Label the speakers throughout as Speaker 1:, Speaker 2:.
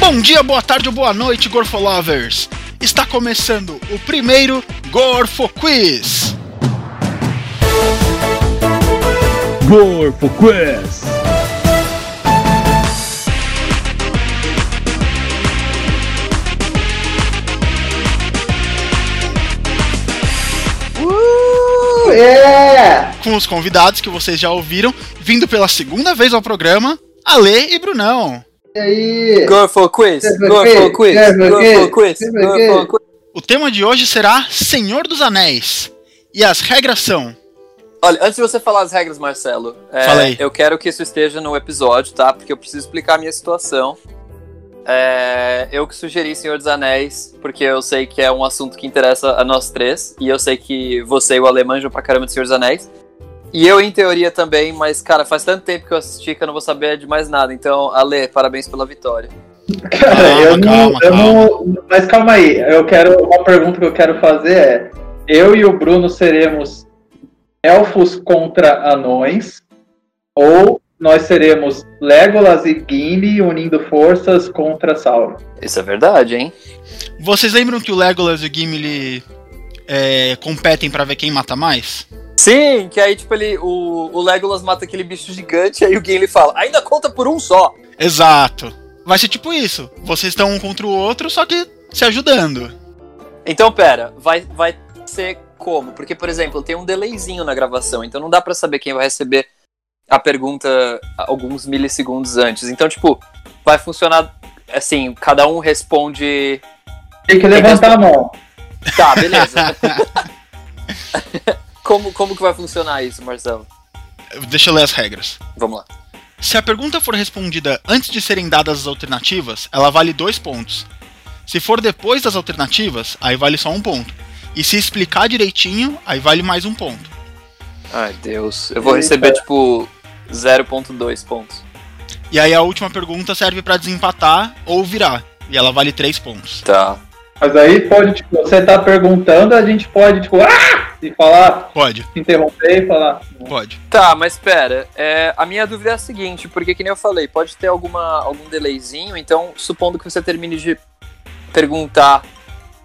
Speaker 1: Bom dia, boa tarde ou boa noite, Gorfolovers! Está começando o primeiro Gorfo Quiz!
Speaker 2: Corpo Quest.
Speaker 3: Uh, É!
Speaker 1: Com os convidados que vocês já ouviram, vindo pela segunda vez ao programa, Alê e Brunão.
Speaker 3: E aí?
Speaker 4: Go for quiz,
Speaker 3: Go for
Speaker 4: go
Speaker 3: quiz,
Speaker 4: for quiz,
Speaker 3: go for
Speaker 4: go for
Speaker 3: quiz,
Speaker 4: quiz,
Speaker 3: go for
Speaker 4: go for quiz.
Speaker 1: O tema de hoje será Senhor dos Anéis. E as regras são.
Speaker 4: Olha, antes de você falar as regras, Marcelo, é,
Speaker 1: Fala aí.
Speaker 4: eu quero que isso esteja no episódio, tá? Porque eu preciso explicar a minha situação. É, eu que sugeri Senhor dos Anéis, porque eu sei que é um assunto que interessa a nós três, e eu sei que você e o Ale manjam pra caramba de Senhor dos Anéis. E eu, em teoria, também, mas, cara, faz tanto tempo que eu assisti que eu não vou saber de mais nada. Então, Ale, parabéns pela vitória.
Speaker 3: Cara,
Speaker 1: Calma,
Speaker 3: eu,
Speaker 1: calma,
Speaker 3: não, eu não. Mas calma aí, eu quero. Uma pergunta que eu quero fazer é: eu e o Bruno seremos elfos contra anões? Ou nós seremos Legolas e Gimli unindo forças contra Sauron?
Speaker 4: Isso é verdade, hein?
Speaker 1: Vocês lembram que o Legolas e o Gimli é, competem pra ver quem mata mais?
Speaker 4: Sim, que aí, tipo, ele, o, o Legolas mata aquele bicho gigante, aí o Gimli fala, ainda conta por um só.
Speaker 1: Exato. Vai ser tipo isso. Vocês estão um contra o outro, só que se ajudando.
Speaker 4: Então, pera, vai, vai ser como? Porque, por exemplo, tem um delayzinho na gravação, então não dá pra saber quem vai receber a pergunta alguns milissegundos antes. Então, tipo, vai funcionar assim, cada um responde...
Speaker 3: Tem que levantar a mão.
Speaker 4: Tá, beleza. como, como que vai funcionar isso, Marcelo?
Speaker 1: Deixa eu ler as regras.
Speaker 4: Vamos lá.
Speaker 1: Se a pergunta for respondida antes de serem dadas as alternativas, ela vale dois pontos. Se for depois das alternativas, aí vale só um ponto. E se explicar direitinho, aí vale mais um ponto.
Speaker 4: Ai, Deus. Eu vou receber, tipo, 0.2 pontos.
Speaker 1: E aí a última pergunta serve pra desempatar ou virar. E ela vale três pontos.
Speaker 4: Tá.
Speaker 3: Mas aí pode, tipo, você tá perguntando, a gente pode, tipo, ah! E falar,
Speaker 1: Pode,
Speaker 3: interromper e falar.
Speaker 1: pode.
Speaker 4: Tá, mas pera, é, a minha dúvida é a seguinte, porque que nem eu falei, pode ter alguma, algum delayzinho, então supondo que você termine de perguntar,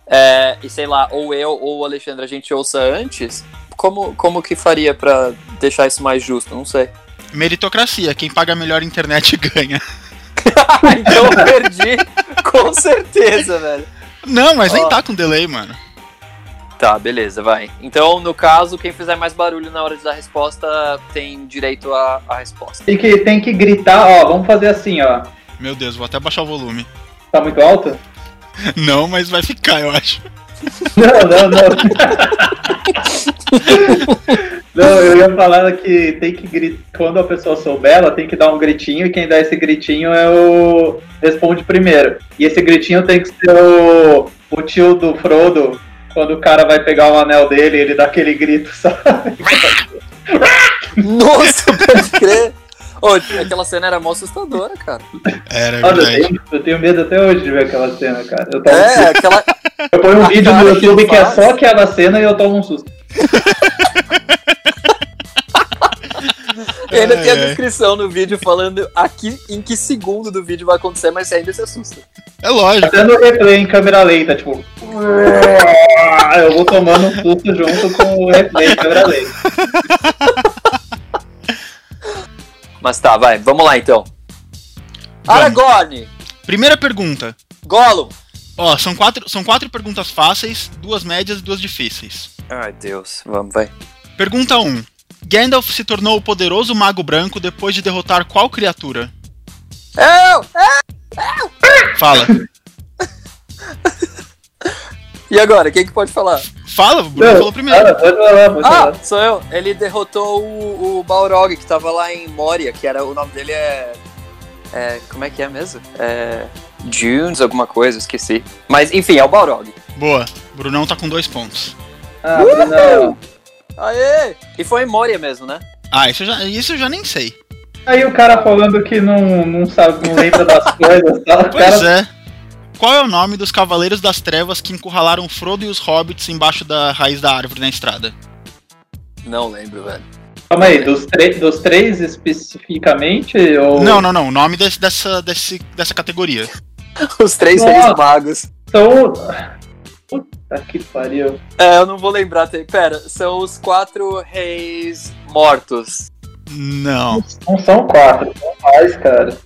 Speaker 4: é, e sei lá, ou eu ou o Alexandre a gente ouça antes, como, como que faria pra deixar isso mais justo? Não sei.
Speaker 1: Meritocracia, quem paga a melhor internet ganha.
Speaker 4: então eu perdi, com certeza, velho.
Speaker 1: Não, mas nem
Speaker 4: Ó.
Speaker 1: tá com delay, mano.
Speaker 4: Tá, beleza, vai. Então, no caso, quem fizer mais barulho na hora de dar a resposta tem direito à à resposta.
Speaker 3: Tem que, tem que gritar, ó, vamos fazer assim, ó.
Speaker 1: Meu Deus, vou até baixar o volume.
Speaker 3: Tá muito alto?
Speaker 1: Não, mas vai ficar, eu acho.
Speaker 3: Não, não, não. Não, eu ia falar que tem que gritar. Quando a pessoa souber, ela tem que dar um gritinho e quem dá esse gritinho é o. Responde primeiro. E esse gritinho tem que ser o, o tio do Frodo. Quando o cara vai pegar o anel dele, ele dá aquele grito, sabe?
Speaker 4: Nossa, pode crer. Ô, aquela cena era mó assustadora, cara.
Speaker 1: Era
Speaker 3: Olha, eu
Speaker 1: verdade.
Speaker 3: tenho, eu tenho medo até hoje de ver aquela cena, cara. Eu, tomo um
Speaker 4: É,
Speaker 3: susto.
Speaker 4: aquela.
Speaker 3: eu ponho um
Speaker 4: a
Speaker 3: vídeo no
Speaker 4: cara que
Speaker 3: YouTube que é
Speaker 4: faz.
Speaker 3: só aquela cena e eu tomo um susto.
Speaker 4: Ainda
Speaker 1: Ai,
Speaker 4: tem a
Speaker 1: ai.
Speaker 4: descrição no vídeo falando aqui em que segundo do vídeo vai acontecer, mas você ainda se assusta.
Speaker 1: É lógico.
Speaker 3: Até no replay em câmera lenta, tipo. Eu vou tomando um susto junto com o replay em câmera lenta.
Speaker 4: Mas tá, vai, vamos lá então. Aragorn!
Speaker 1: Primeira pergunta.
Speaker 4: Gollum!
Speaker 1: Ó, são quatro, são quatro perguntas fáceis, duas médias e duas difíceis.
Speaker 4: Ai, Deus, vamos, vai.
Speaker 1: Pergunta 1. Gandalf se tornou o poderoso mago branco depois de derrotar qual criatura?
Speaker 4: Eu!
Speaker 1: Fala.
Speaker 4: E agora, quem que pode falar?
Speaker 1: Fala, o Bruno falou primeiro.
Speaker 3: Cara, pode falar, pode
Speaker 4: Ah,
Speaker 3: falar.
Speaker 4: sou eu. Ele derrotou o, o Balrog, que tava lá em Moria, que era o nome dele é. é como é que é mesmo? É. Dunes, alguma coisa, esqueci. Mas enfim, é o Balrog.
Speaker 1: Boa. Brunão tá com dois pontos.
Speaker 3: Ah, Brunão.
Speaker 4: Aê! E foi em Moria mesmo, né?
Speaker 1: Ah, isso eu já, isso eu já nem sei.
Speaker 3: Aí o cara falando que não, não sabe, não lembra das coisas, tá? O
Speaker 1: Pois
Speaker 3: cara
Speaker 1: é. Qual é o nome dos Cavaleiros das Trevas que encurralaram Frodo e os Hobbits embaixo da raiz da árvore na estrada?
Speaker 4: Não lembro, velho.
Speaker 3: Calma aí, dos, tre- dos três especificamente? Ou...
Speaker 1: Não, não, não. O nome desse- dessa, desse- dessa categoria.
Speaker 4: Os três
Speaker 3: Nossa.
Speaker 4: reis magos.
Speaker 3: São. Puta que pariu.
Speaker 4: É, eu não vou lembrar. tem- Pera, são os quatro reis mortos.
Speaker 1: Não.
Speaker 3: Não são quatro, são mais, cara.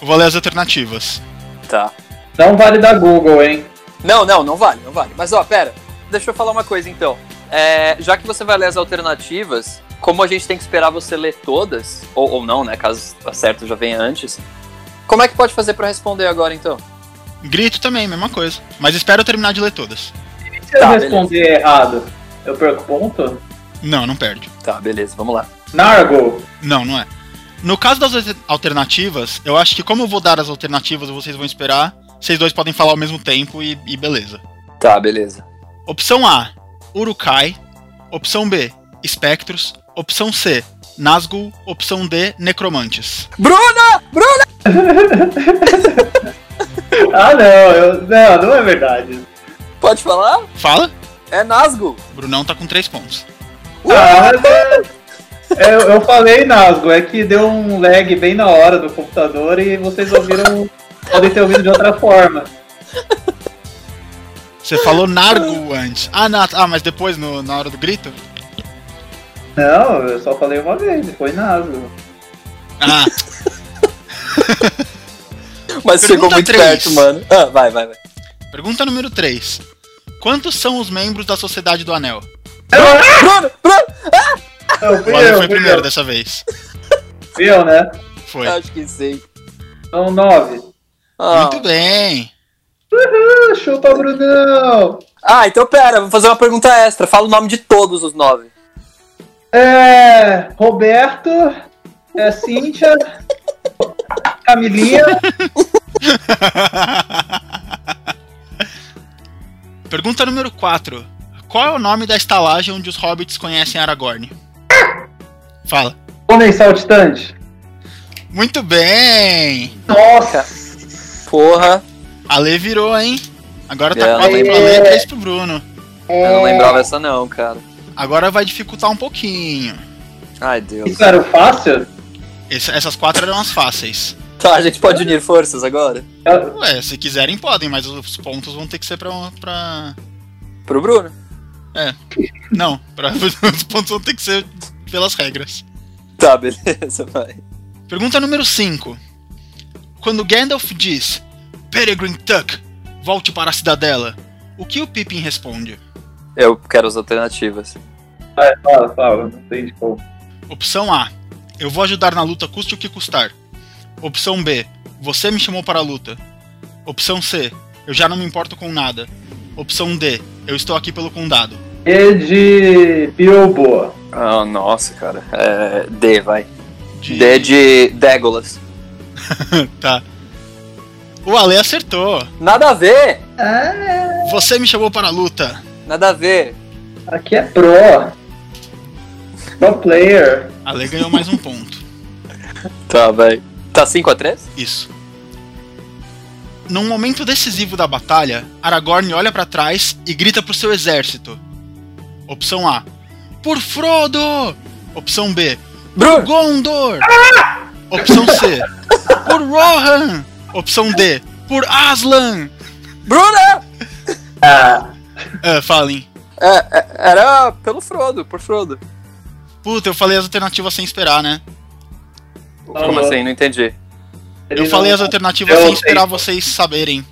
Speaker 1: Eu vou ler as alternativas.
Speaker 4: Tá.
Speaker 3: Não vale da Google, hein?
Speaker 4: Não, não, não vale, não vale. Mas ó, pera, deixa eu falar uma coisa então. É, já que você vai ler as alternativas, como a gente tem que esperar você ler todas, ou, ou não, né? Caso acerto já venha antes. Como é que pode fazer pra responder agora então?
Speaker 1: Grito também, mesma coisa. Mas espero eu terminar de ler todas.
Speaker 3: E se eu
Speaker 4: Tá,
Speaker 3: responder errado, eu perco ponto?
Speaker 1: Não, não perde.
Speaker 4: Tá, beleza, vamos lá.
Speaker 3: Nargo.
Speaker 1: Não, não é. No caso das alter- alternativas, eu acho que como eu vou dar as alternativas, vocês vão esperar. Vocês dois podem falar ao mesmo tempo e, e beleza.
Speaker 4: Tá, beleza.
Speaker 1: Opção A, Urukai. Opção B, Espectros. Opção C, Nazgûl. Opção D, Necromantes.
Speaker 4: Bruna! Bruna!
Speaker 3: Ah, não, eu, não, não é verdade.
Speaker 4: Pode falar?
Speaker 1: Fala?
Speaker 4: É Nasgo.
Speaker 1: Brunão tá com três pontos.
Speaker 3: Ah, mas é- eu, eu falei, Nasgo, é que deu um lag bem na hora do computador e vocês ouviram. podem ter ouvido de outra forma.
Speaker 1: Você falou Nargûl antes. Ah, na- ah, mas depois, no- na hora do grito?
Speaker 3: Não, eu só falei uma vez, e foi Nasgo.
Speaker 1: Ah,
Speaker 4: Mas
Speaker 1: Pergunta
Speaker 4: chegou muito
Speaker 1: três.
Speaker 4: perto, mano. Ah, vai, vai, vai.
Speaker 1: pergunta número 3. Quantos são os membros da Sociedade do Anel?
Speaker 4: Bruno! Bruno!
Speaker 3: Não,
Speaker 1: O
Speaker 3: fui
Speaker 1: Ale
Speaker 3: eu,
Speaker 1: foi
Speaker 3: fui
Speaker 1: primeiro né?
Speaker 3: eu.
Speaker 1: dessa vez.
Speaker 3: Fui eu, né?
Speaker 1: Foi.
Speaker 4: Acho que sei.
Speaker 3: São nove.
Speaker 4: Ah.
Speaker 1: Muito bem.
Speaker 3: Uhul, chupa, Brunão!
Speaker 4: ah, então pera, vou fazer uma pergunta extra. Fala o nome de todos os nove.
Speaker 3: É. Roberto. É Cíntia. Camilinha.
Speaker 1: Pergunta número 4. Qual é o nome da estalagem onde os hobbits conhecem Aragorn? Fala.
Speaker 3: Homem saltitante.
Speaker 1: Muito bem!
Speaker 3: Nossa!
Speaker 4: Porra,
Speaker 1: Ale virou, hein? Agora tá
Speaker 4: É,
Speaker 1: 4
Speaker 4: Ale.
Speaker 1: pra Ale e 3 pro Bruno.
Speaker 4: eu
Speaker 3: É.
Speaker 4: não lembrava essa não, cara.
Speaker 1: Agora vai dificultar um pouquinho.
Speaker 4: Ai,
Speaker 3: Isso
Speaker 4: Deus.
Speaker 3: era o fácil?
Speaker 1: Esse- essas quatro eram as fáceis.
Speaker 4: Tá, a gente pode unir forças agora?
Speaker 3: Eu-
Speaker 1: Ué, se quiserem podem, mas os pontos vão ter que ser pra. um- pra...
Speaker 4: Pro Bruno?
Speaker 1: Não, pra... os pontos vão ter que ser pelas regras.
Speaker 4: Tá, beleza, vai.
Speaker 1: Pergunta número 5. Quando Gandalf diz Peregrine Tuck, volte para a cidadela, o que o Pippin responde?
Speaker 4: Eu quero as alternativas.
Speaker 3: Vai, fala, fala. Não tem de como.
Speaker 1: Opção A: Eu vou ajudar na luta, custe o que custar. Opção B: Você me chamou para a luta. Opção C: Eu já não me importo com nada. Opção D: Eu estou aqui pelo condado.
Speaker 3: E de Bilbo.
Speaker 4: Ah, nossa, cara. É, D, vai.
Speaker 1: De-
Speaker 4: D de Dégolas.
Speaker 1: Tá. O Ale acertou.
Speaker 4: Nada a ver!
Speaker 3: Ah,
Speaker 1: Você me chamou para a luta.
Speaker 4: Nada a ver.
Speaker 3: aqui é pro. Pro player.
Speaker 1: Ale ganhou mais um ponto.
Speaker 4: Tá, vai. Tá 5x3?
Speaker 1: Isso. Num momento decisivo da batalha, Aragorn olha pra trás e grita pro seu exército. Opção A: Por Frodo! Opção B:
Speaker 4: Bruno!
Speaker 1: Gondor! Opção C: Por Rohan! Opção D: Por Aslan!
Speaker 4: Bruna!
Speaker 3: Ah,
Speaker 1: Ah, falem.
Speaker 4: É, é, era pelo Frodo, por Frodo.
Speaker 1: Puta, eu falei as alternativas sem esperar, né?
Speaker 4: Como assim? Não entendi.
Speaker 1: Eu falei as alternativas
Speaker 3: Eu
Speaker 1: sem
Speaker 3: sei.
Speaker 1: esperar vocês saberem.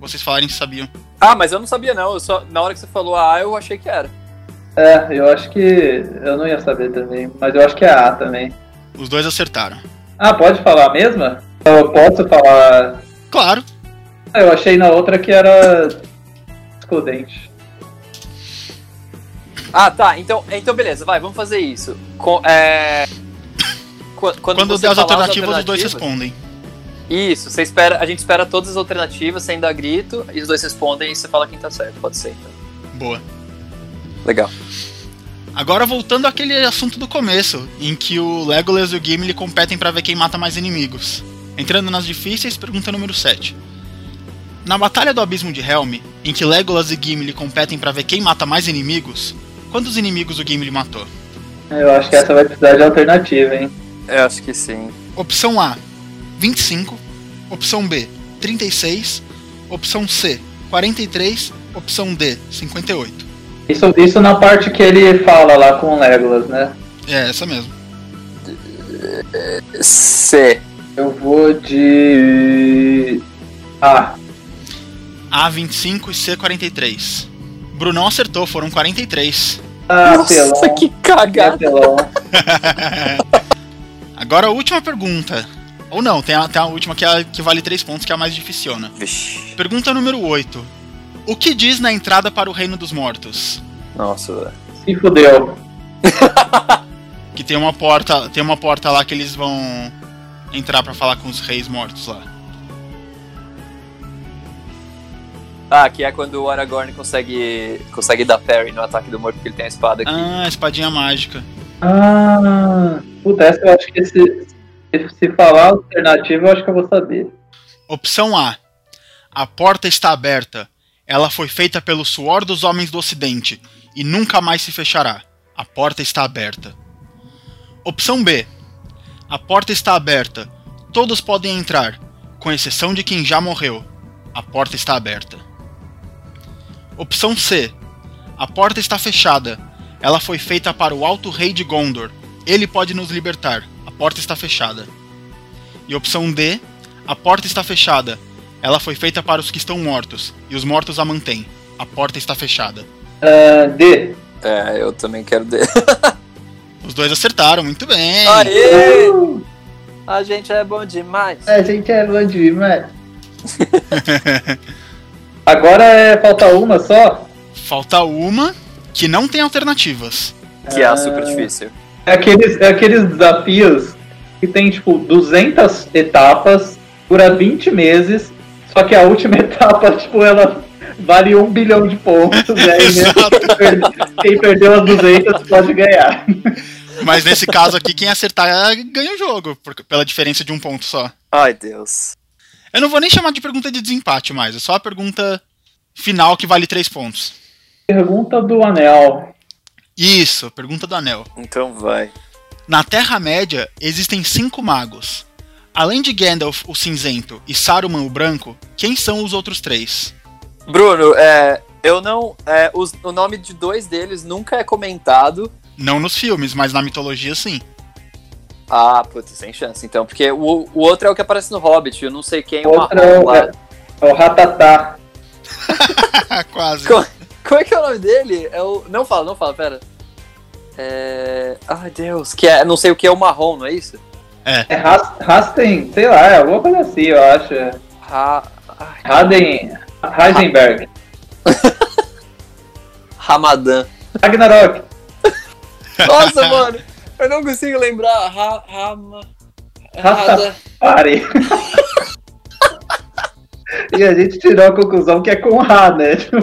Speaker 1: Vocês falarem que sabiam.
Speaker 4: Ah, mas eu não sabia não. Eu só, na hora que você falou A, eu achei que era.
Speaker 3: É, eu acho que. Eu não ia saber também, mas eu acho que é A também.
Speaker 1: Os dois acertaram.
Speaker 3: Ah, pode falar a mesma? Eu posso falar.
Speaker 1: Claro,
Speaker 3: Ah, eu achei na outra que era. Escudente.
Speaker 4: Ah, tá. Então, então beleza, vai, vamos fazer isso. Co- é, qu- Quando,
Speaker 1: quando eu
Speaker 4: você
Speaker 1: der as
Speaker 4: falar
Speaker 1: alternativas, os dois
Speaker 4: alternativas-
Speaker 1: respondem.
Speaker 4: Isso, você espera, a gente espera todas as alternativas sem dar grito, e os dois respondem e você fala quem tá certo. Pode ser, então.
Speaker 1: Boa.
Speaker 4: Legal.
Speaker 1: Agora voltando àquele assunto do começo, em que o Legolas e o Gimli competem pra ver quem mata mais inimigos. Entrando nas difíceis, pergunta número 7. Na Batalha do Abismo de Helm, em que Legolas e Gimli competem pra ver quem mata mais inimigos, quantos inimigos o Gimli matou?
Speaker 3: Eu acho que essa vai precisar de alternativa, hein?
Speaker 4: Eu acho que sim.
Speaker 1: Opção A, 25. opção B, 36, opção C, 43, opção D, 58.
Speaker 3: Isso, isso na parte que ele fala lá com o Legolas, né?
Speaker 1: É essa mesmo.
Speaker 4: C.
Speaker 3: Eu vou de. A.
Speaker 1: A25 e C43. Brunão acertou, foram 43.
Speaker 3: Ah,
Speaker 4: Nossa,
Speaker 3: pelão.
Speaker 4: que
Speaker 3: Ah,
Speaker 4: cagada.
Speaker 3: pelão.
Speaker 1: Agora a última pergunta. Ou não, tem a, tem a última que, é a- que vale 3 pontos, que é a mais dificiona.
Speaker 4: Vixe.
Speaker 1: Pergunta número 8. O que diz na entrada para o Reino dos Mortos?
Speaker 4: Nossa, velho.
Speaker 3: Se fudeu.
Speaker 1: Que tem uma porta, tem uma porta lá que eles vão entrar pra falar com os reis mortos lá.
Speaker 4: Ah, que é quando o Aragorn consegue, consegue dar parry no ataque do morto, porque ele tem a espada aqui.
Speaker 1: Ah, espadinha mágica.
Speaker 3: Ah, puta, essa eu acho que se, se- se falar alternativa, eu acho que eu vou saber.
Speaker 1: Opção A. A porta está aberta. Ela foi feita pelo suor dos homens do ocidente e nunca mais se fechará. A porta está aberta. Opção B. A porta está aberta. Todos podem entrar, com exceção de quem já morreu. A porta está aberta. Opção C. A porta está fechada. Ela foi feita para o alto rei de Gondor. Ele pode nos libertar. A porta está fechada. E opção D, a porta está fechada. Ela foi feita para os que estão mortos, e os mortos a mantêm. A porta está fechada.
Speaker 3: Ah, D.
Speaker 4: É, eu também quero dele.
Speaker 1: Os dois acertaram, muito bem.
Speaker 4: Aê! A gente é bom demais.
Speaker 3: Uh, A gente é bom demais. Agora é falta uma só.
Speaker 1: Falta uma que não tem alternativas.
Speaker 4: Que é super difícil.
Speaker 3: É aqueles, é aqueles desafios que tem, tipo, 200 etapas, dura 20 meses, só que a última etapa, tipo, ela vale um bilhão de pontos, né? E mesmo quem perde- Quem perdeu as 200 pode ganhar.
Speaker 1: Mas nesse caso aqui, quem acertar ganha o jogo, por- pela diferença de um ponto só.
Speaker 4: Ai, Deus.
Speaker 1: Eu não vou nem chamar de pergunta de desempate mais, é só a pergunta final que vale três pontos.
Speaker 3: Pergunta do anel.
Speaker 1: Isso, pergunta do anel.
Speaker 4: Então vai.
Speaker 1: Na Terra-média, existem cinco magos. Além de Gandalf, o cinzento, e Saruman, o branco, quem são os outros três?
Speaker 4: Bruno, é, eu não. é, os- o nome de dois deles nunca é comentado.
Speaker 1: Não nos filmes, mas na mitologia sim.
Speaker 4: Ah, putz, sem chance, então. Porque o, o outro é o que aparece no Hobbit, eu não sei quem é o
Speaker 3: Outro
Speaker 4: marrom lá.
Speaker 3: é, é o Ratatá.
Speaker 1: Quase.
Speaker 4: Co- Como é que é o nome dele? É o... Não fala, não fala, pera. É... Ai, Deus. Que é, não sei o que é o marrom, não é isso?
Speaker 3: É Ras- Rasten, sei lá, é alguma coisa assim, eu acho.
Speaker 4: Ra... ai,
Speaker 3: Raden. Heisenberg.
Speaker 4: Ramadã.
Speaker 3: Ragnarok.
Speaker 4: Nossa, mano. Eu não consigo lembrar. Ra... Rama... Rada.
Speaker 3: Pare. e a gente tirou a conclusão que é com Ra, né? Tipo,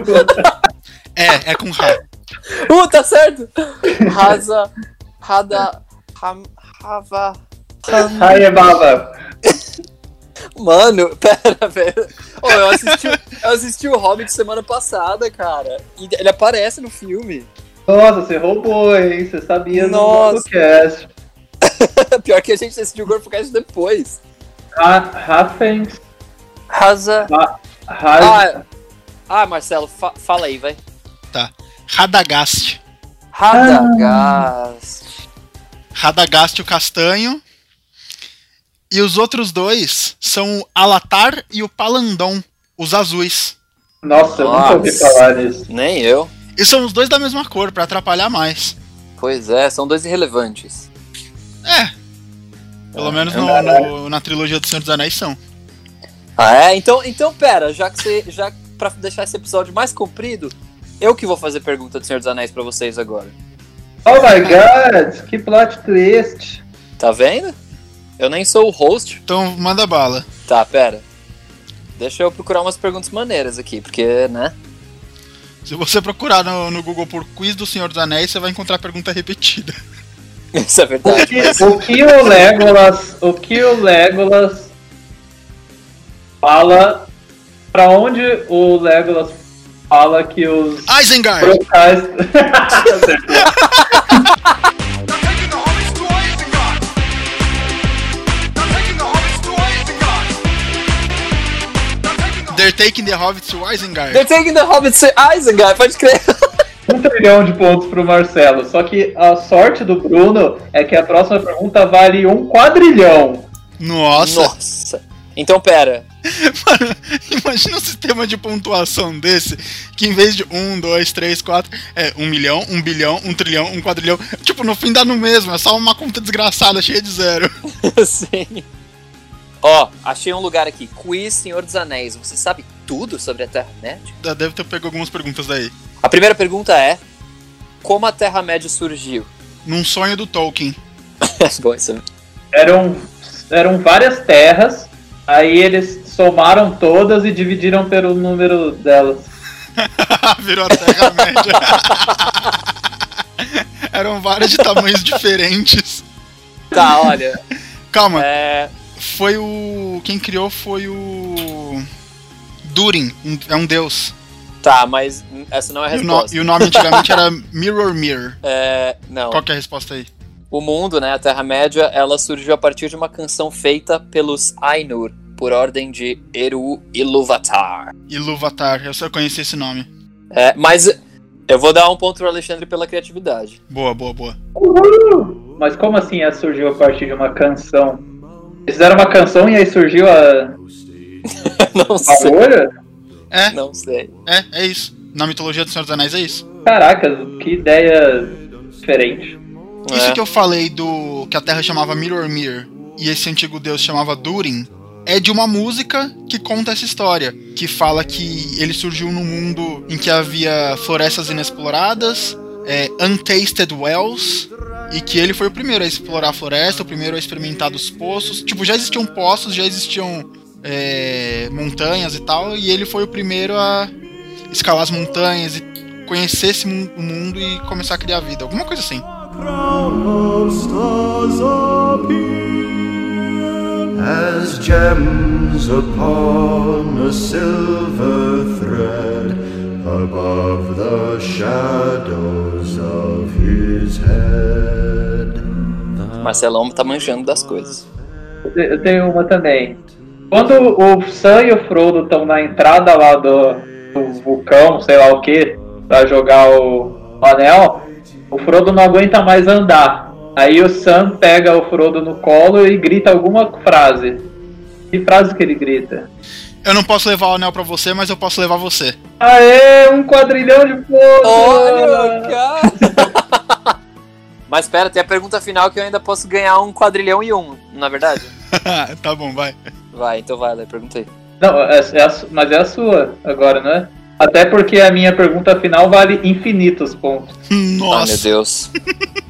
Speaker 1: É, é com Ra.
Speaker 4: Uh, tá certo. Raza... Rada... Ram... Rava... Ram-
Speaker 3: Raebaba.
Speaker 4: Mano, pera, velho. Ô, eu, assisti, eu assisti o Hobbit semana passada, cara. E ele aparece no filme.
Speaker 3: Nossa, você roubou, hein? Você sabia
Speaker 4: Nossa.
Speaker 3: no podcast.
Speaker 4: Pior que a gente decidiu o Gorfocast depois.
Speaker 3: Ra- Rafen.
Speaker 4: Raza...
Speaker 3: Ra-
Speaker 4: Ah, ah, Marcelo, fa- fala aí, vai.
Speaker 1: Radagast.
Speaker 4: Radagast.
Speaker 1: Radagast o castanho. E os outros dois são o Alatar e o Palandon, os azuis.
Speaker 3: Nossa, eu nunca ouvi
Speaker 4: Nossa.
Speaker 3: falar nisso.
Speaker 4: Nem eu.
Speaker 1: E são os dois da mesma cor, pra atrapalhar mais.
Speaker 4: Pois é, são dois irrelevantes.
Speaker 1: É. Pelo menos no- no- na trilogia do Senhor dos Anéis são.
Speaker 4: Ah, é? Então, então pera, já que você. Já pra deixar esse episódio mais comprido, eu que vou fazer pergunta do Senhor dos Anéis pra vocês agora.
Speaker 3: Oh my god, que plot twist.
Speaker 4: Tá vendo? Eu nem sou o host.
Speaker 1: Então manda bala.
Speaker 4: Tá, pera. Deixa eu procurar umas perguntas maneiras aqui, porque, né?
Speaker 1: Se você procurar no, no Google por Quiz do Senhor dos Anéis, você vai encontrar pergunta repetida.
Speaker 4: Isso é
Speaker 3: O
Speaker 4: verdade.
Speaker 3: que, o que o Legolas, o que o Legolas fala, pra onde o Legolas fala que os
Speaker 1: Isengard!
Speaker 3: brocais...
Speaker 5: Now taking the hobbits to Isengard. Now taking the hobbits to Isengard.
Speaker 1: Taking the Hobbits to Isengard.
Speaker 4: They're taking the Hobbit to Isengard, pode crer.
Speaker 3: Um trilhão de pontos pro Marcelo. Só que a sorte do Bruno é que a próxima pergunta vale um quadrilhão.
Speaker 1: Nossa,
Speaker 4: Nossa. Então, pera.
Speaker 1: Mano, imagina um sistema de pontuação desse, que em vez de 1, 2, 3, 4, é 1 milhão, 1 bilhão, 1 trilhão, 1 quadrilhão. Tipo, no fim dá no mesmo, é só uma conta desgraçada, cheia de zero.
Speaker 4: Sim. Ó, achei um lugar aqui. Quiz Senhor dos Anéis. Você sabe tudo sobre a Terra-média?
Speaker 1: Já Deve ter pego algumas perguntas daí.
Speaker 4: A primeira pergunta é: Como a Terra-média surgiu?
Speaker 1: Num sonho do Tolkien.
Speaker 4: Bom, isso é-
Speaker 3: Eram, eram várias terras, aí eles somaram todas e dividiram pelo número delas.
Speaker 1: Virou a Terra-média. Eram várias de tamanhos diferentes.
Speaker 4: Tá, olha.
Speaker 1: Calma,
Speaker 4: É,
Speaker 1: foi o. Quem criou foi o. Durin, um- é um deus.
Speaker 4: tá, mas hum, essa não é a
Speaker 1: E o, no-
Speaker 4: resposta.
Speaker 1: e o nome antigamente era Mirror Mirror.
Speaker 4: É, não.
Speaker 1: Qual que é a resposta aí?
Speaker 4: O mundo, né, a Terra-média, ela surgiu a partir de uma canção feita pelos Ainur, por ordem de Eru Iluvatar.
Speaker 1: Iluvatar, eu só conheci esse nome.
Speaker 4: É, mas eu vou dar um ponto pro Alexandre pela criatividade.
Speaker 1: Boa, boa, boa.
Speaker 3: Mas como assim ela surgiu a partir de uma canção? Eles fizeram uma canção e aí surgiu a
Speaker 4: não sei,
Speaker 3: Paola?
Speaker 1: É,
Speaker 4: não sei.
Speaker 1: é, é isso. Na mitologia do Senhor dos Anéis é isso.
Speaker 3: Caraca, que ideia diferente.
Speaker 1: Isso
Speaker 4: É.
Speaker 1: que eu falei do que a Terra chamava Mirror Mirror e esse antigo deus chamava Durin é de uma música que conta essa história, que fala que ele surgiu num mundo em que havia florestas inexploradas, é, untasted wells e que ele foi o primeiro a explorar a floresta, o primeiro a experimentar dos poços. Tipo, já existiam poços, já existiam é, montanhas e tal, e ele foi o primeiro a escalar as montanhas e conhecer esse mu- o mundo e começar a criar vida, alguma coisa assim.
Speaker 6: as gems upon a silver thread above the shadows of his head.
Speaker 4: Marcelão tá manjando das coisas.
Speaker 3: Eu tenho uma também. Quando o Sam e o Frodo estão na entrada lá do, do vulcão, sei lá o que, pra jogar o, o anel, o Frodo não aguenta mais andar. Aí o Sam pega o Frodo no colo e grita alguma frase. Que frase que ele grita?
Speaker 1: Eu não posso levar o anel pra você, mas eu posso levar você.
Speaker 3: Aê, um quadrilhão de pontos!
Speaker 4: Olha, cara! Mas pera, tem a pergunta final que eu ainda posso ganhar um quadrilhão e um, na verdade?
Speaker 1: tá bom, vai.
Speaker 4: Vai, então vai, Lê, pergunta aí.
Speaker 3: Não, é- é a su- mas é a sua agora, não é? Até porque a minha pergunta final vale infinitos pontos.
Speaker 4: Ai, meu
Speaker 1: Nossa.
Speaker 4: Deus.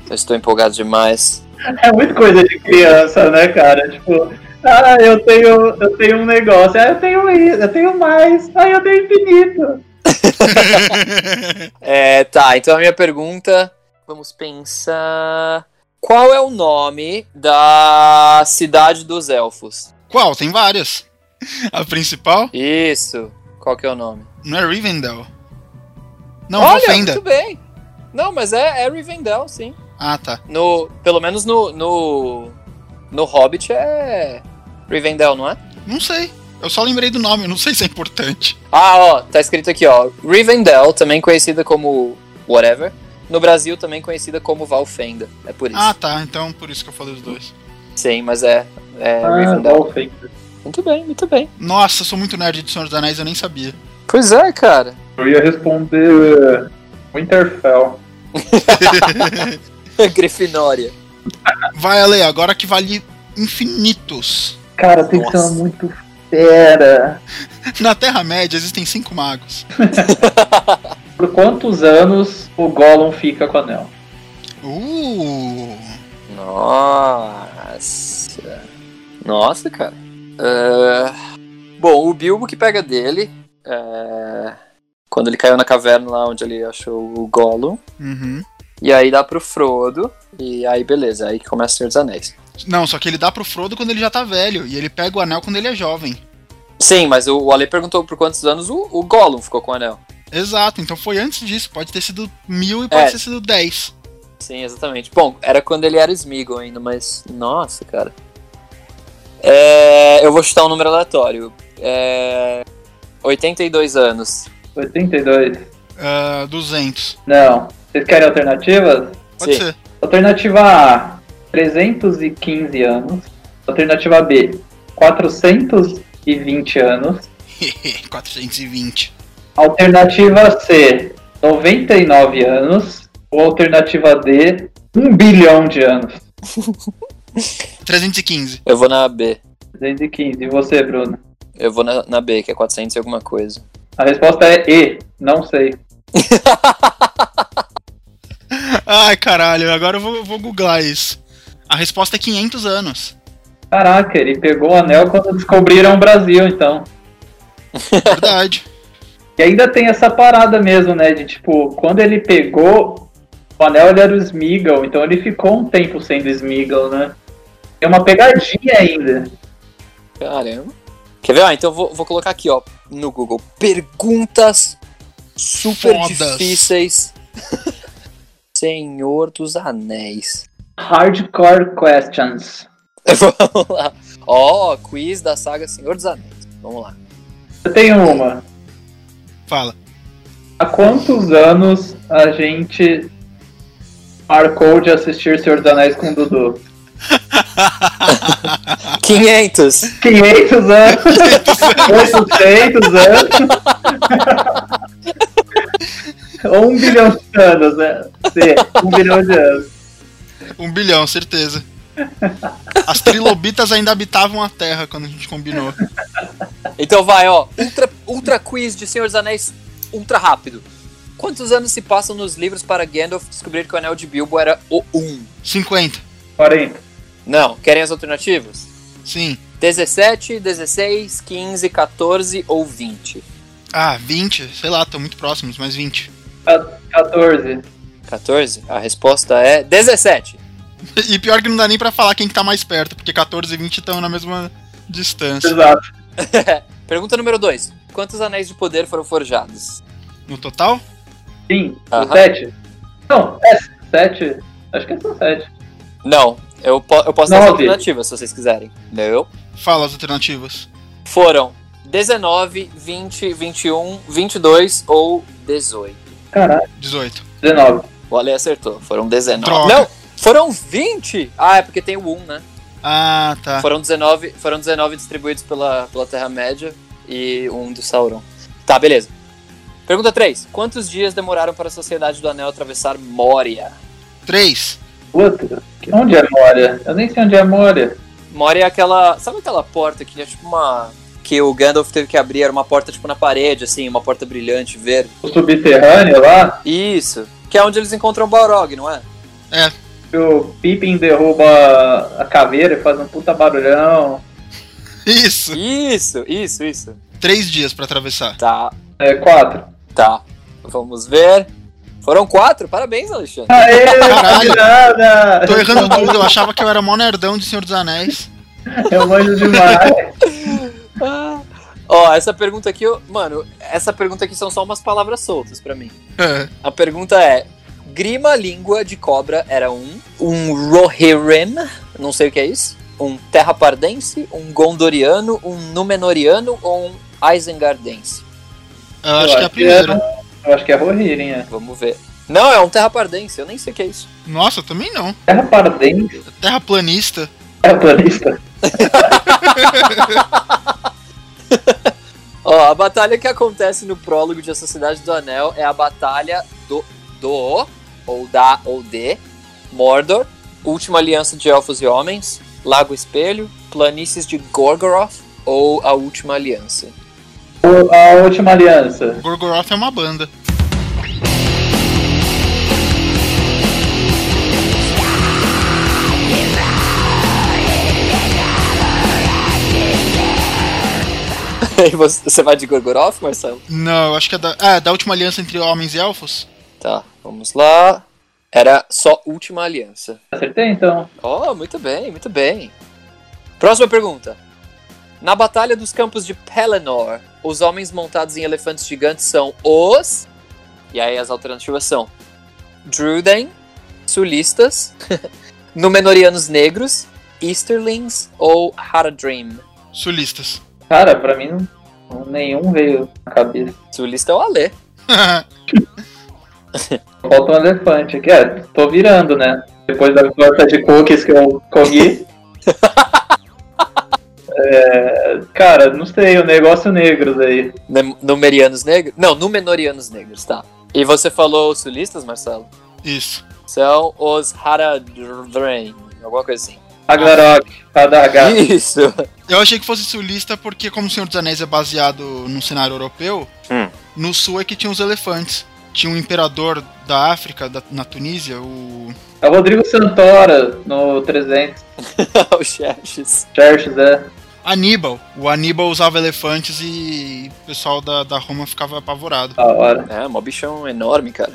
Speaker 4: Eu estou empolgado demais.
Speaker 3: É muito coisa de criança, né, cara? Tipo, ah, eu tenho, eu tenho um negócio, ah, eu tenho isso, eu tenho mais, ah, eu tenho infinito.
Speaker 4: Ah, É, tá, então a minha pergunta. Vamos pensar. Qual é o nome da cidade dos elfos?
Speaker 1: Qual? Tem várias. A principal
Speaker 4: Isso. Qual que é o nome?
Speaker 1: não é Rivendell. Não, é
Speaker 4: Olha,
Speaker 1: Valfenda.
Speaker 4: muito bem. Não, mas é, é Rivendell, sim.
Speaker 1: Ah, tá.
Speaker 4: No, pelo menos no, no, no Hobbit é Rivendell, não é?
Speaker 1: Não sei. Eu só lembrei do nome, não sei se é importante.
Speaker 4: Ah, ó, tá escrito aqui, ó. Rivendell, também conhecida como whatever. No Brasil, também conhecida como Valfenda. É por isso.
Speaker 1: Ah, tá. Então por isso que eu falei os dois.
Speaker 4: Sim, mas é, é
Speaker 3: Ah,
Speaker 4: Rivendell.
Speaker 3: Dolphin.
Speaker 4: Muito bem, muito bem.
Speaker 1: Nossa, eu sou muito nerd de Senhor dos Anéis, eu nem sabia.
Speaker 4: Pois é, cara.
Speaker 3: Eu ia responder uh, Winterfell.
Speaker 4: Grifinória.
Speaker 1: Vai, Ale, agora que vale infinitos.
Speaker 3: Cara, tem
Speaker 4: que ser Nossa.
Speaker 3: muito fera.
Speaker 1: Na Terra-média existem cinco magos.
Speaker 3: Por quantos anos o Gollum fica com o anel?
Speaker 1: Uh.
Speaker 4: Nossa. Nossa, cara. Ah, Bom, o Bilbo que pega dele. é, Quando ele caiu na caverna lá onde ele achou o Gollum.
Speaker 1: Uhum.
Speaker 4: E aí dá pro Frodo. E aí, beleza. Aí que começa o Senhor dos Anéis.
Speaker 1: Não, só que ele dá pro Frodo quando ele já tá velho. E ele pega o anel quando ele é jovem.
Speaker 4: Sim, mas o, o Ale perguntou por quantos anos o, o Gollum ficou com o anel.
Speaker 1: Exato, então foi antes disso. Pode ter sido mil e pode ter sido dez.
Speaker 4: Sim, exatamente. Bom, era quando ele era Smeagol ainda, mas. Nossa, cara. É, eu vou chutar um número aleatório. É, 82 anos.
Speaker 3: 82.
Speaker 1: Ah, 200.
Speaker 3: Não. Vocês querem alternativas?
Speaker 1: Pode
Speaker 4: Sim.
Speaker 1: ser.
Speaker 3: Alternativa A, 315 anos. Alternativa B, 420 anos.
Speaker 1: 420.
Speaker 3: Alternativa C, 99 anos. Ou alternativa D, 1 bilhão de anos.
Speaker 1: 315.
Speaker 4: Eu vou na B.
Speaker 3: 315. E você, Bruno?
Speaker 4: Eu vou na, na B, que é 400 e alguma coisa.
Speaker 3: A resposta é E, não sei.
Speaker 1: Ai, caralho, agora eu vou, vou googlar isso. A resposta é 500 anos.
Speaker 3: Caraca, ele pegou o anel quando descobriram o Brasil, então.
Speaker 1: Verdade.
Speaker 3: E ainda tem essa parada mesmo, né? De tipo, quando ele pegou, o anel ele era o Smeagol, então ele ficou um tempo sendo Smeagol, né? Tem uma pegadinha ainda.
Speaker 4: Caramba. Quer ver? Ah, então eu vou, vou colocar aqui, ó, no Google. Perguntas super
Speaker 1: Fodas.
Speaker 4: difíceis. Senhor dos Anéis.
Speaker 3: Hardcore questions.
Speaker 4: Vamos lá. Ó, quiz da saga Senhor dos Anéis. Vamos lá.
Speaker 3: Eu tenho uma.
Speaker 1: Fala.
Speaker 3: Há quantos anos a gente marcou de assistir Senhor dos Anéis com o Dudu?
Speaker 4: 500!
Speaker 3: 500 anos! 800 anos! Ou um bilhão de anos, né? C, um bilhão de anos.
Speaker 1: Um bilhão, certeza. As trilobitas ainda habitavam a Terra quando a gente combinou.
Speaker 4: Então vai, ó. Ultra, ultra quiz de Senhor dos Anéis, ultra rápido. Quantos anos se passam nos livros para Gandalf descobrir que o anel de Bilbo era o 1?
Speaker 1: 50.
Speaker 3: 40.
Speaker 4: Não, querem as alternativas?
Speaker 1: Sim.
Speaker 4: 17, 16, 15, 14 ou 20?
Speaker 1: Ah, 20. Sei lá, tô muito próximos, mas 20.
Speaker 3: 14.
Speaker 4: 14? A resposta é 17.
Speaker 1: E pior que não dá nem pra falar quem que tá mais perto, porque 14 e 20 estão na mesma distância.
Speaker 3: Exato.
Speaker 4: Pergunta número 2. Quantos anéis de poder foram forjados?
Speaker 1: No total?
Speaker 3: Sim.
Speaker 4: Aham.
Speaker 3: 7. Não, é 7. Acho que é só 7.
Speaker 4: Não, eu, po- eu posso dar as
Speaker 3: Nove.
Speaker 4: alternativas se vocês quiserem. Não.
Speaker 1: Fala as alternativas.
Speaker 4: Foram 19, 20, 21, 22 ou 18?
Speaker 3: Caralho.
Speaker 1: 18.
Speaker 3: 19.
Speaker 4: O Ale acertou. Foram 19.
Speaker 1: Droga.
Speaker 4: Não, foram 20? Ah, é porque tem o 1, né?
Speaker 1: Ah, tá.
Speaker 4: Foram, 19, foram 19 distribuídos pela, pela Terra-média e um do Sauron. Tá, beleza. Pergunta 3. Quantos dias demoraram para a Sociedade do Anel atravessar Moria?
Speaker 1: 3.
Speaker 3: Puta. que- Onde é Moria? Eu nem sei onde é Moria.
Speaker 4: Moria é aquela. Sabe aquela porta que é tipo uma. Que o Gandalf teve que abrir, era uma porta tipo na parede, assim, uma porta brilhante, verde.
Speaker 3: O subterrâneo lá,
Speaker 4: Isso. Que é onde eles encontram o Balrog, não é?
Speaker 3: que o Pippin derruba a caveira e faz um puta barulhão.
Speaker 1: Isso.
Speaker 4: Isso, isso, isso.
Speaker 1: 3 dias pra atravessar.
Speaker 4: Tá,
Speaker 3: É 4.
Speaker 4: tá. Vamos ver. Foram quatro, parabéns, Alexandre.
Speaker 3: Aê,
Speaker 1: Caralho.
Speaker 3: não nada!
Speaker 1: Tô errando tudo, eu achava que eu era mó nerdão de Senhor dos Anéis.
Speaker 3: Eu É manjo demais.
Speaker 4: Ah. Ó, essa pergunta aqui, eu- mano, essa pergunta aqui são só umas palavras soltas pra mim.
Speaker 1: É.
Speaker 4: A pergunta é: Grima língua de cobra era um, um Rohirrim, não sei o que é isso, um Terrapardense, um Gondoriano, um Númenoriano ou um Isengardense?
Speaker 1: Eu acho que é a primeira.
Speaker 3: Eu acho que é Rohirrim, é.
Speaker 4: Vamos ver. Não, é um Terrapardense, eu nem sei o que é isso.
Speaker 1: Nossa, também não.
Speaker 3: Terra Pardense?
Speaker 1: Terraplanista.
Speaker 3: Terra Planista?
Speaker 4: Ó, a batalha que acontece no prólogo de A Sociedade do Anel é a batalha do, do ou da ou de Mordor, Última Aliança de Elfos e Homens, Lago Espelho, Planícies de Gorgoroth ou a Última Aliança.
Speaker 3: O- a Última Aliança.
Speaker 1: Gorgoroth é uma banda.
Speaker 4: E você você vai de Gorgoroth, Marcelo?
Speaker 1: Não, eu acho que é da, ah, da última aliança entre homens e elfos.
Speaker 4: Tá, vamos lá. Era só Última Aliança.
Speaker 3: Acertei então.
Speaker 4: Oh, muito bem, muito bem. Próxima pergunta. Na Batalha dos Campos de Pelennor, os homens montados em elefantes gigantes são os. E aí as alternativas são: Druden, Sulistas, Númenóreanos Negros, Easterlings ou Haradrim.
Speaker 1: Sulistas.
Speaker 3: Cara, pra mim não Nenhum veio na cabeça.
Speaker 4: Sulista é o Alê.
Speaker 3: Falta um elefante aqui. É, tô virando, né? Depois da torta de cookies que eu comi. É, cara, não sei, o negócio negros aí.
Speaker 4: Num- Numerianos negros? Não, Númenorianos negros, tá. E você falou os sulistas, Marcelo?
Speaker 1: Isso.
Speaker 4: São os Haradrim, alguma coisa assim.
Speaker 3: Ragnarok, Adaga.
Speaker 4: Isso!
Speaker 1: Eu achei que fosse sulista porque, como o Senhor dos Anéis é baseado num cenário europeu,
Speaker 4: Hum.
Speaker 1: no sul é que tinha os elefantes. Tinha um imperador da África, da- na Tunísia, o.
Speaker 3: É o Rodrigo Santora no 300.
Speaker 4: o Xerxes.
Speaker 3: Churches, é.
Speaker 1: Aníbal. O Aníbal usava elefantes e o pessoal da, da Roma ficava apavorado.
Speaker 3: Da hora.
Speaker 4: É, mó bichão enorme, cara.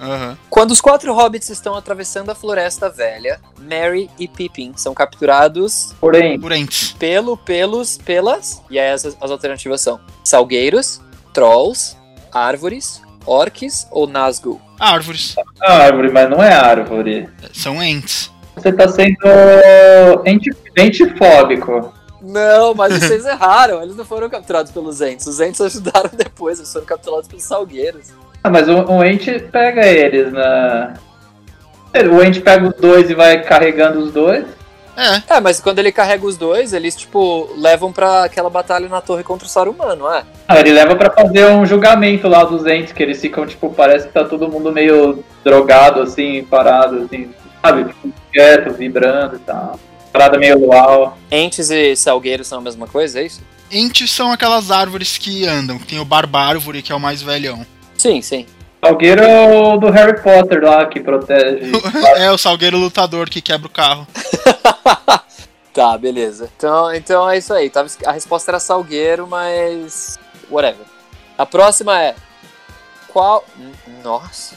Speaker 1: Aham.
Speaker 4: Quando os quatro hobbits estão atravessando a Floresta Velha, Mary e Pippin são capturados
Speaker 3: Porém,
Speaker 1: Burentes.
Speaker 4: pelo, pelos, pelas. E aí as, as alternativas são salgueiros, trolls, árvores, orques ou Nazgûl.
Speaker 1: Árvores.
Speaker 3: é árvore, mas não é árvore.
Speaker 1: São entes.
Speaker 3: Você tá sendo enti- entifóbico.
Speaker 4: Não, mas vocês erraram. Eles não foram capturados pelos entes. Os entes ajudaram depois. Eles foram capturados pelos salgueiros.
Speaker 3: Ah, mas o, o ente pega eles na. O ente pega os dois e vai carregando os dois.
Speaker 1: É,
Speaker 4: É, mas quando ele carrega os dois, eles, tipo, levam pra aquela batalha na torre contra o Saruman, não é?
Speaker 3: Ah, ele leva pra fazer um julgamento lá dos entes, que eles ficam, tipo, parece que tá todo mundo meio drogado, assim, parado, assim, sabe? Tipo, quieto, vibrando e tal. Parada meio luau.
Speaker 4: Entes e salgueiros são a mesma coisa, é isso?
Speaker 1: entes são aquelas árvores que andam. Tem o barbárvore, que é o mais velhão.
Speaker 4: Sim, sim.
Speaker 3: Salgueiro é o do Harry Potter lá, que protege.
Speaker 1: É o salgueiro lutador que quebra o carro.
Speaker 4: Tá, beleza. Então, então é isso aí. Tava, es- a resposta era salgueiro, mas. Whatever. A próxima é. Qual. N- Nossa.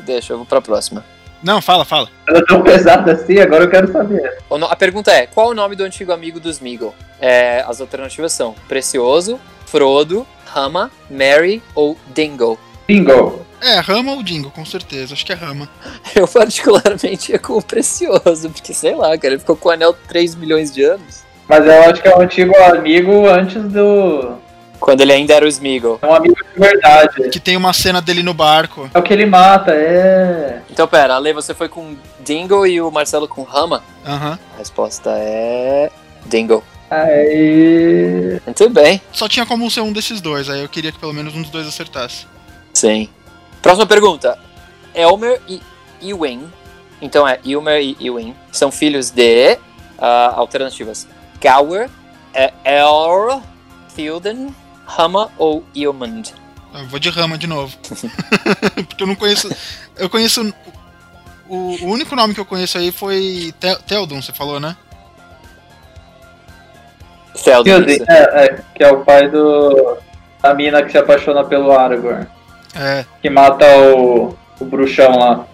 Speaker 4: Deixa, eu vou pra próxima.
Speaker 1: Não, fala, fala.
Speaker 3: Ela é tão pesada assim, agora eu quero saber.
Speaker 4: O no- A pergunta é: qual o nome do antigo amigo dos Meagle? É, as alternativas são Precioso, Frodo, Rama, Mary ou Dingle.
Speaker 3: Bingo.
Speaker 1: É, rama ou dingo, com certeza. Acho que é rama.
Speaker 4: Eu, particularmente, ia com o Precioso, porque sei lá, cara, ele ficou com o anel 3 milhões de anos.
Speaker 3: Mas eu acho que é um antigo amigo antes do.
Speaker 4: Quando ele ainda era o Smeagol.
Speaker 3: É um amigo de verdade.
Speaker 1: Que tem uma cena dele no barco.
Speaker 3: É o que ele mata, é.
Speaker 4: Então, pera, Ale, você foi com Dingle e o Marcelo com Rama?
Speaker 1: Aham.
Speaker 4: A resposta é. Dingle.
Speaker 3: Aí.
Speaker 4: Muito bem.
Speaker 1: Só tinha como ser um desses dois, aí eu queria que pelo menos um dos dois acertasse.
Speaker 4: Sim. Próxima pergunta. Elmer e Ewan. Então é Elmer e Ewan. São filhos de. ah, alternativas: Gower, é El, Theoden, Hama ou Eomund.
Speaker 1: Eu vou de rama de novo. Porque eu não conheço. Eu conheço. O, o único nome que eu conheço aí foi Te- Theodon, você falou, né?
Speaker 4: Theoden.
Speaker 3: Theoden,
Speaker 4: isso.
Speaker 3: é, é, que é o pai do. da mina que se apaixona pelo Aragorn.
Speaker 1: É.
Speaker 3: Que mata o, o bruxão lá.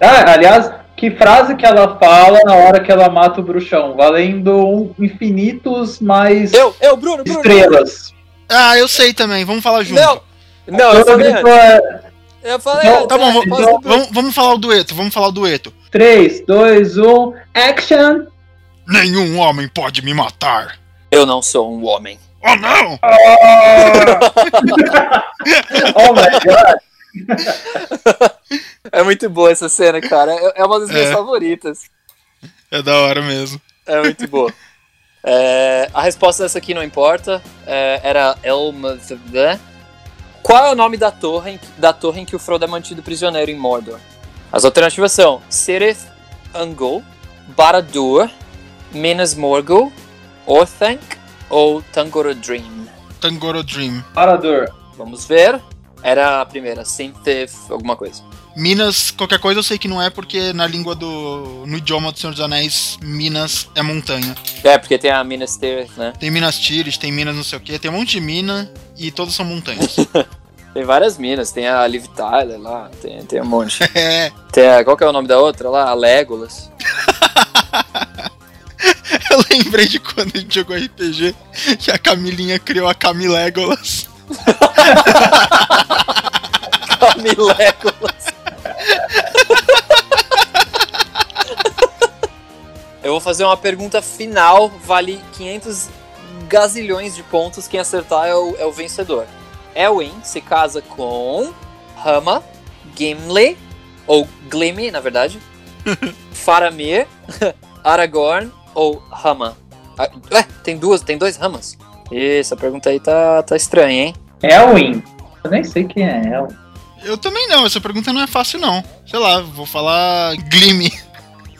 Speaker 3: Ah, aliás, que frase que ela fala na hora que ela mata o bruxão? Valendo um- infinitos mais
Speaker 4: Eu, eu, Bruno, Bruno.
Speaker 3: estrelas.
Speaker 1: Ah, eu sei também, vamos falar junto.
Speaker 4: Não, não, Ah, eu
Speaker 3: Todo
Speaker 4: falei.
Speaker 3: grito
Speaker 4: antes.
Speaker 3: é
Speaker 4: Eu falei.
Speaker 3: Não,
Speaker 4: antes,
Speaker 1: Tá bom,
Speaker 4: a
Speaker 1: vamos,
Speaker 4: resposta do Bruno.
Speaker 1: vamos, vamos falar o dueto, vamos falar o dueto.
Speaker 3: 3, 2, 1, action!
Speaker 1: Nenhum homem pode me matar.
Speaker 4: Eu não sou um homem.
Speaker 1: Oh não!
Speaker 3: Oh my god!
Speaker 4: É muito boa essa cena, cara. É- É uma das minhas
Speaker 1: É.
Speaker 4: favoritas.
Speaker 1: É da hora mesmo.
Speaker 4: É muito boa. É, a resposta dessa aqui não importa. É, era Elma. Qual é o nome da torre, em que- da torre em que o Frodo é mantido prisioneiro em Mordor? As alternativas são Sirith Angol, Barad-dûr, Minas Morgul, Orthanc ou Tangorodrim.
Speaker 1: Tangoro Dream.
Speaker 3: Parador.
Speaker 4: Vamos ver. Era a primeira, Sintith, alguma coisa.
Speaker 1: Minas, qualquer coisa eu sei que não é, porque na língua do. no idioma do Senhor dos Anéis, Minas é montanha.
Speaker 4: É, porque tem a Minas Tirith, né?
Speaker 1: Tem Minas Tirith, tem Minas não sei o que, tem um monte de mina e todas são montanhas.
Speaker 4: Tem várias minas, tem a Liv Tyler lá, tem, tem um monte.
Speaker 1: é,
Speaker 4: Tem a, qual que é o nome da outra lá? A Legolas.
Speaker 1: eu lembrei de quando a gente jogou RPG que a Camilinha criou a Camilegolas.
Speaker 4: A Legolas. Eu vou fazer uma pergunta final, vale 500 gazilhões de pontos. Quem acertar é o, é o vencedor. Elwin se casa com Rama, Gimli, ou Glimi, na verdade, Faramir, Aragorn ou Rama. Ah, Ué, tem duas, tem dois Ramas. Isso, a pergunta aí tá, tá estranha, hein?
Speaker 3: Elwin? Eu nem sei quem é Elwin.
Speaker 1: Eu também não, essa pergunta não é fácil, não. Sei lá, vou falar Glime.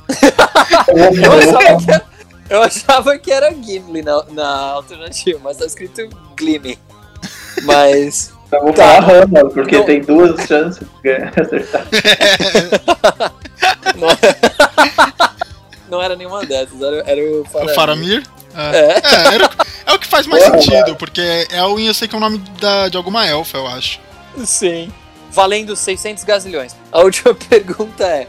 Speaker 4: Eu achava que era, eu achava que era Gimli na, na alternativa, mas tá escrito Glimi. Mas.
Speaker 3: Eu vou
Speaker 4: Tá.
Speaker 3: falar Rama, porque
Speaker 4: Não.
Speaker 3: tem duas chances de ganhar- acertar.
Speaker 4: Não, é. não era nenhuma dessas, era, era o
Speaker 1: O
Speaker 4: Faramir.
Speaker 1: Faramir?
Speaker 4: É.
Speaker 1: É, era- é o que faz mais
Speaker 3: Porra,
Speaker 1: sentido, porque Elwin eu sei que é o nome da, de alguma elfa, eu acho.
Speaker 4: Sim. Valendo 600 gazilhões. A última pergunta é: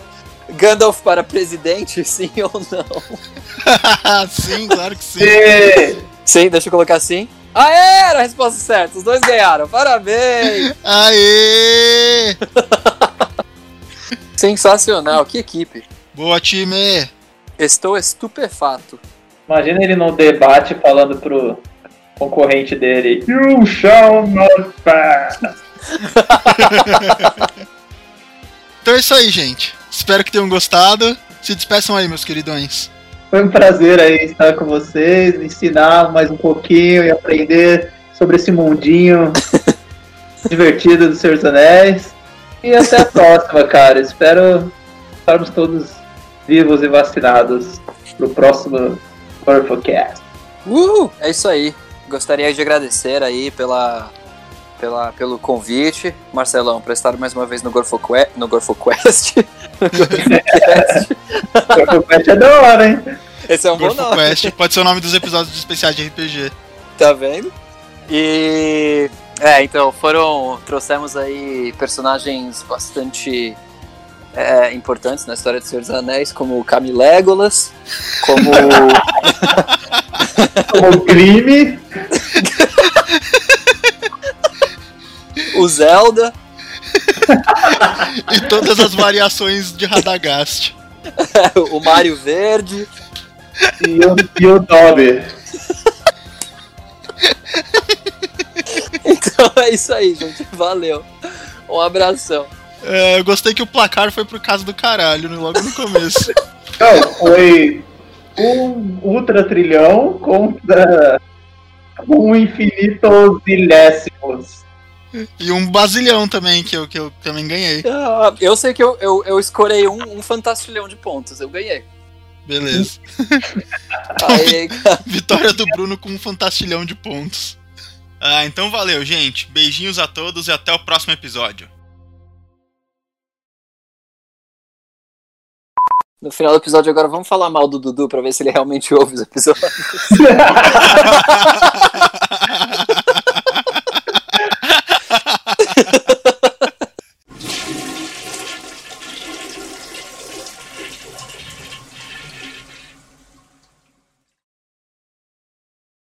Speaker 4: Gandalf para presidente, sim ou não?
Speaker 1: sim, claro que sim.
Speaker 3: E-
Speaker 4: Sim, deixa eu colocar sim. Ah, era a resposta certa. Os dois ganharam. Parabéns!
Speaker 1: Aê!
Speaker 4: Sensacional, que equipe.
Speaker 1: Boa, time!
Speaker 4: Estou estupefato.
Speaker 3: Imagina ele num debate falando pro concorrente dele: You shall not pass.
Speaker 1: Então é isso aí, gente. Espero que tenham gostado. Se despeçam aí, meus queridões.
Speaker 3: Foi um prazer aí estar com vocês, ensinar mais um pouquinho e aprender sobre esse mundinho divertido do Senhor dos Anéis. E até a próxima, cara. Espero estarmos todos vivos e vacinados pro próximo Purplecast.
Speaker 4: Uhul! É isso aí. Gostaria de agradecer aí pela, pela, pelo convite, Marcelão, para estar mais uma vez no GorfoQuest. No GorfoQuest.
Speaker 3: Purplecast é da hora, hein?
Speaker 4: Esse é um bom
Speaker 1: Gorfo
Speaker 4: nome.
Speaker 1: Quest pode ser o nome dos episódios especiais de RPG.
Speaker 4: Tá vendo? E. É, então, foram. Trouxemos aí personagens bastante é, importantes na história do Senhor dos Anéis, como o Cami Legolas, como.
Speaker 3: Como crime.
Speaker 4: o Zelda.
Speaker 1: E todas as variações de Radagast.
Speaker 4: o Mário Verde.
Speaker 3: E o, e o Dobby.
Speaker 4: Então é isso aí, gente. Valeu. Um abração.
Speaker 1: É, eu gostei que o placar foi pro caso do caralho, né, logo no começo.
Speaker 3: Não, foi um ultra trilhão contra um infinito zilésimos.
Speaker 1: E um basilhão também, que eu, que eu também ganhei.
Speaker 4: Ah, eu sei que eu, eu, eu escorei um, um fantastilhão de pontos. Eu ganhei.
Speaker 1: Beleza.
Speaker 4: Aí,
Speaker 1: Vitória do Bruno com um fantastilhão de pontos. Ah, então valeu, gente. Beijinhos a todos e até o próximo episódio.
Speaker 4: no final do episódio, agora vamos falar mal do Dudu pra ver se ele realmente ouve os episódios.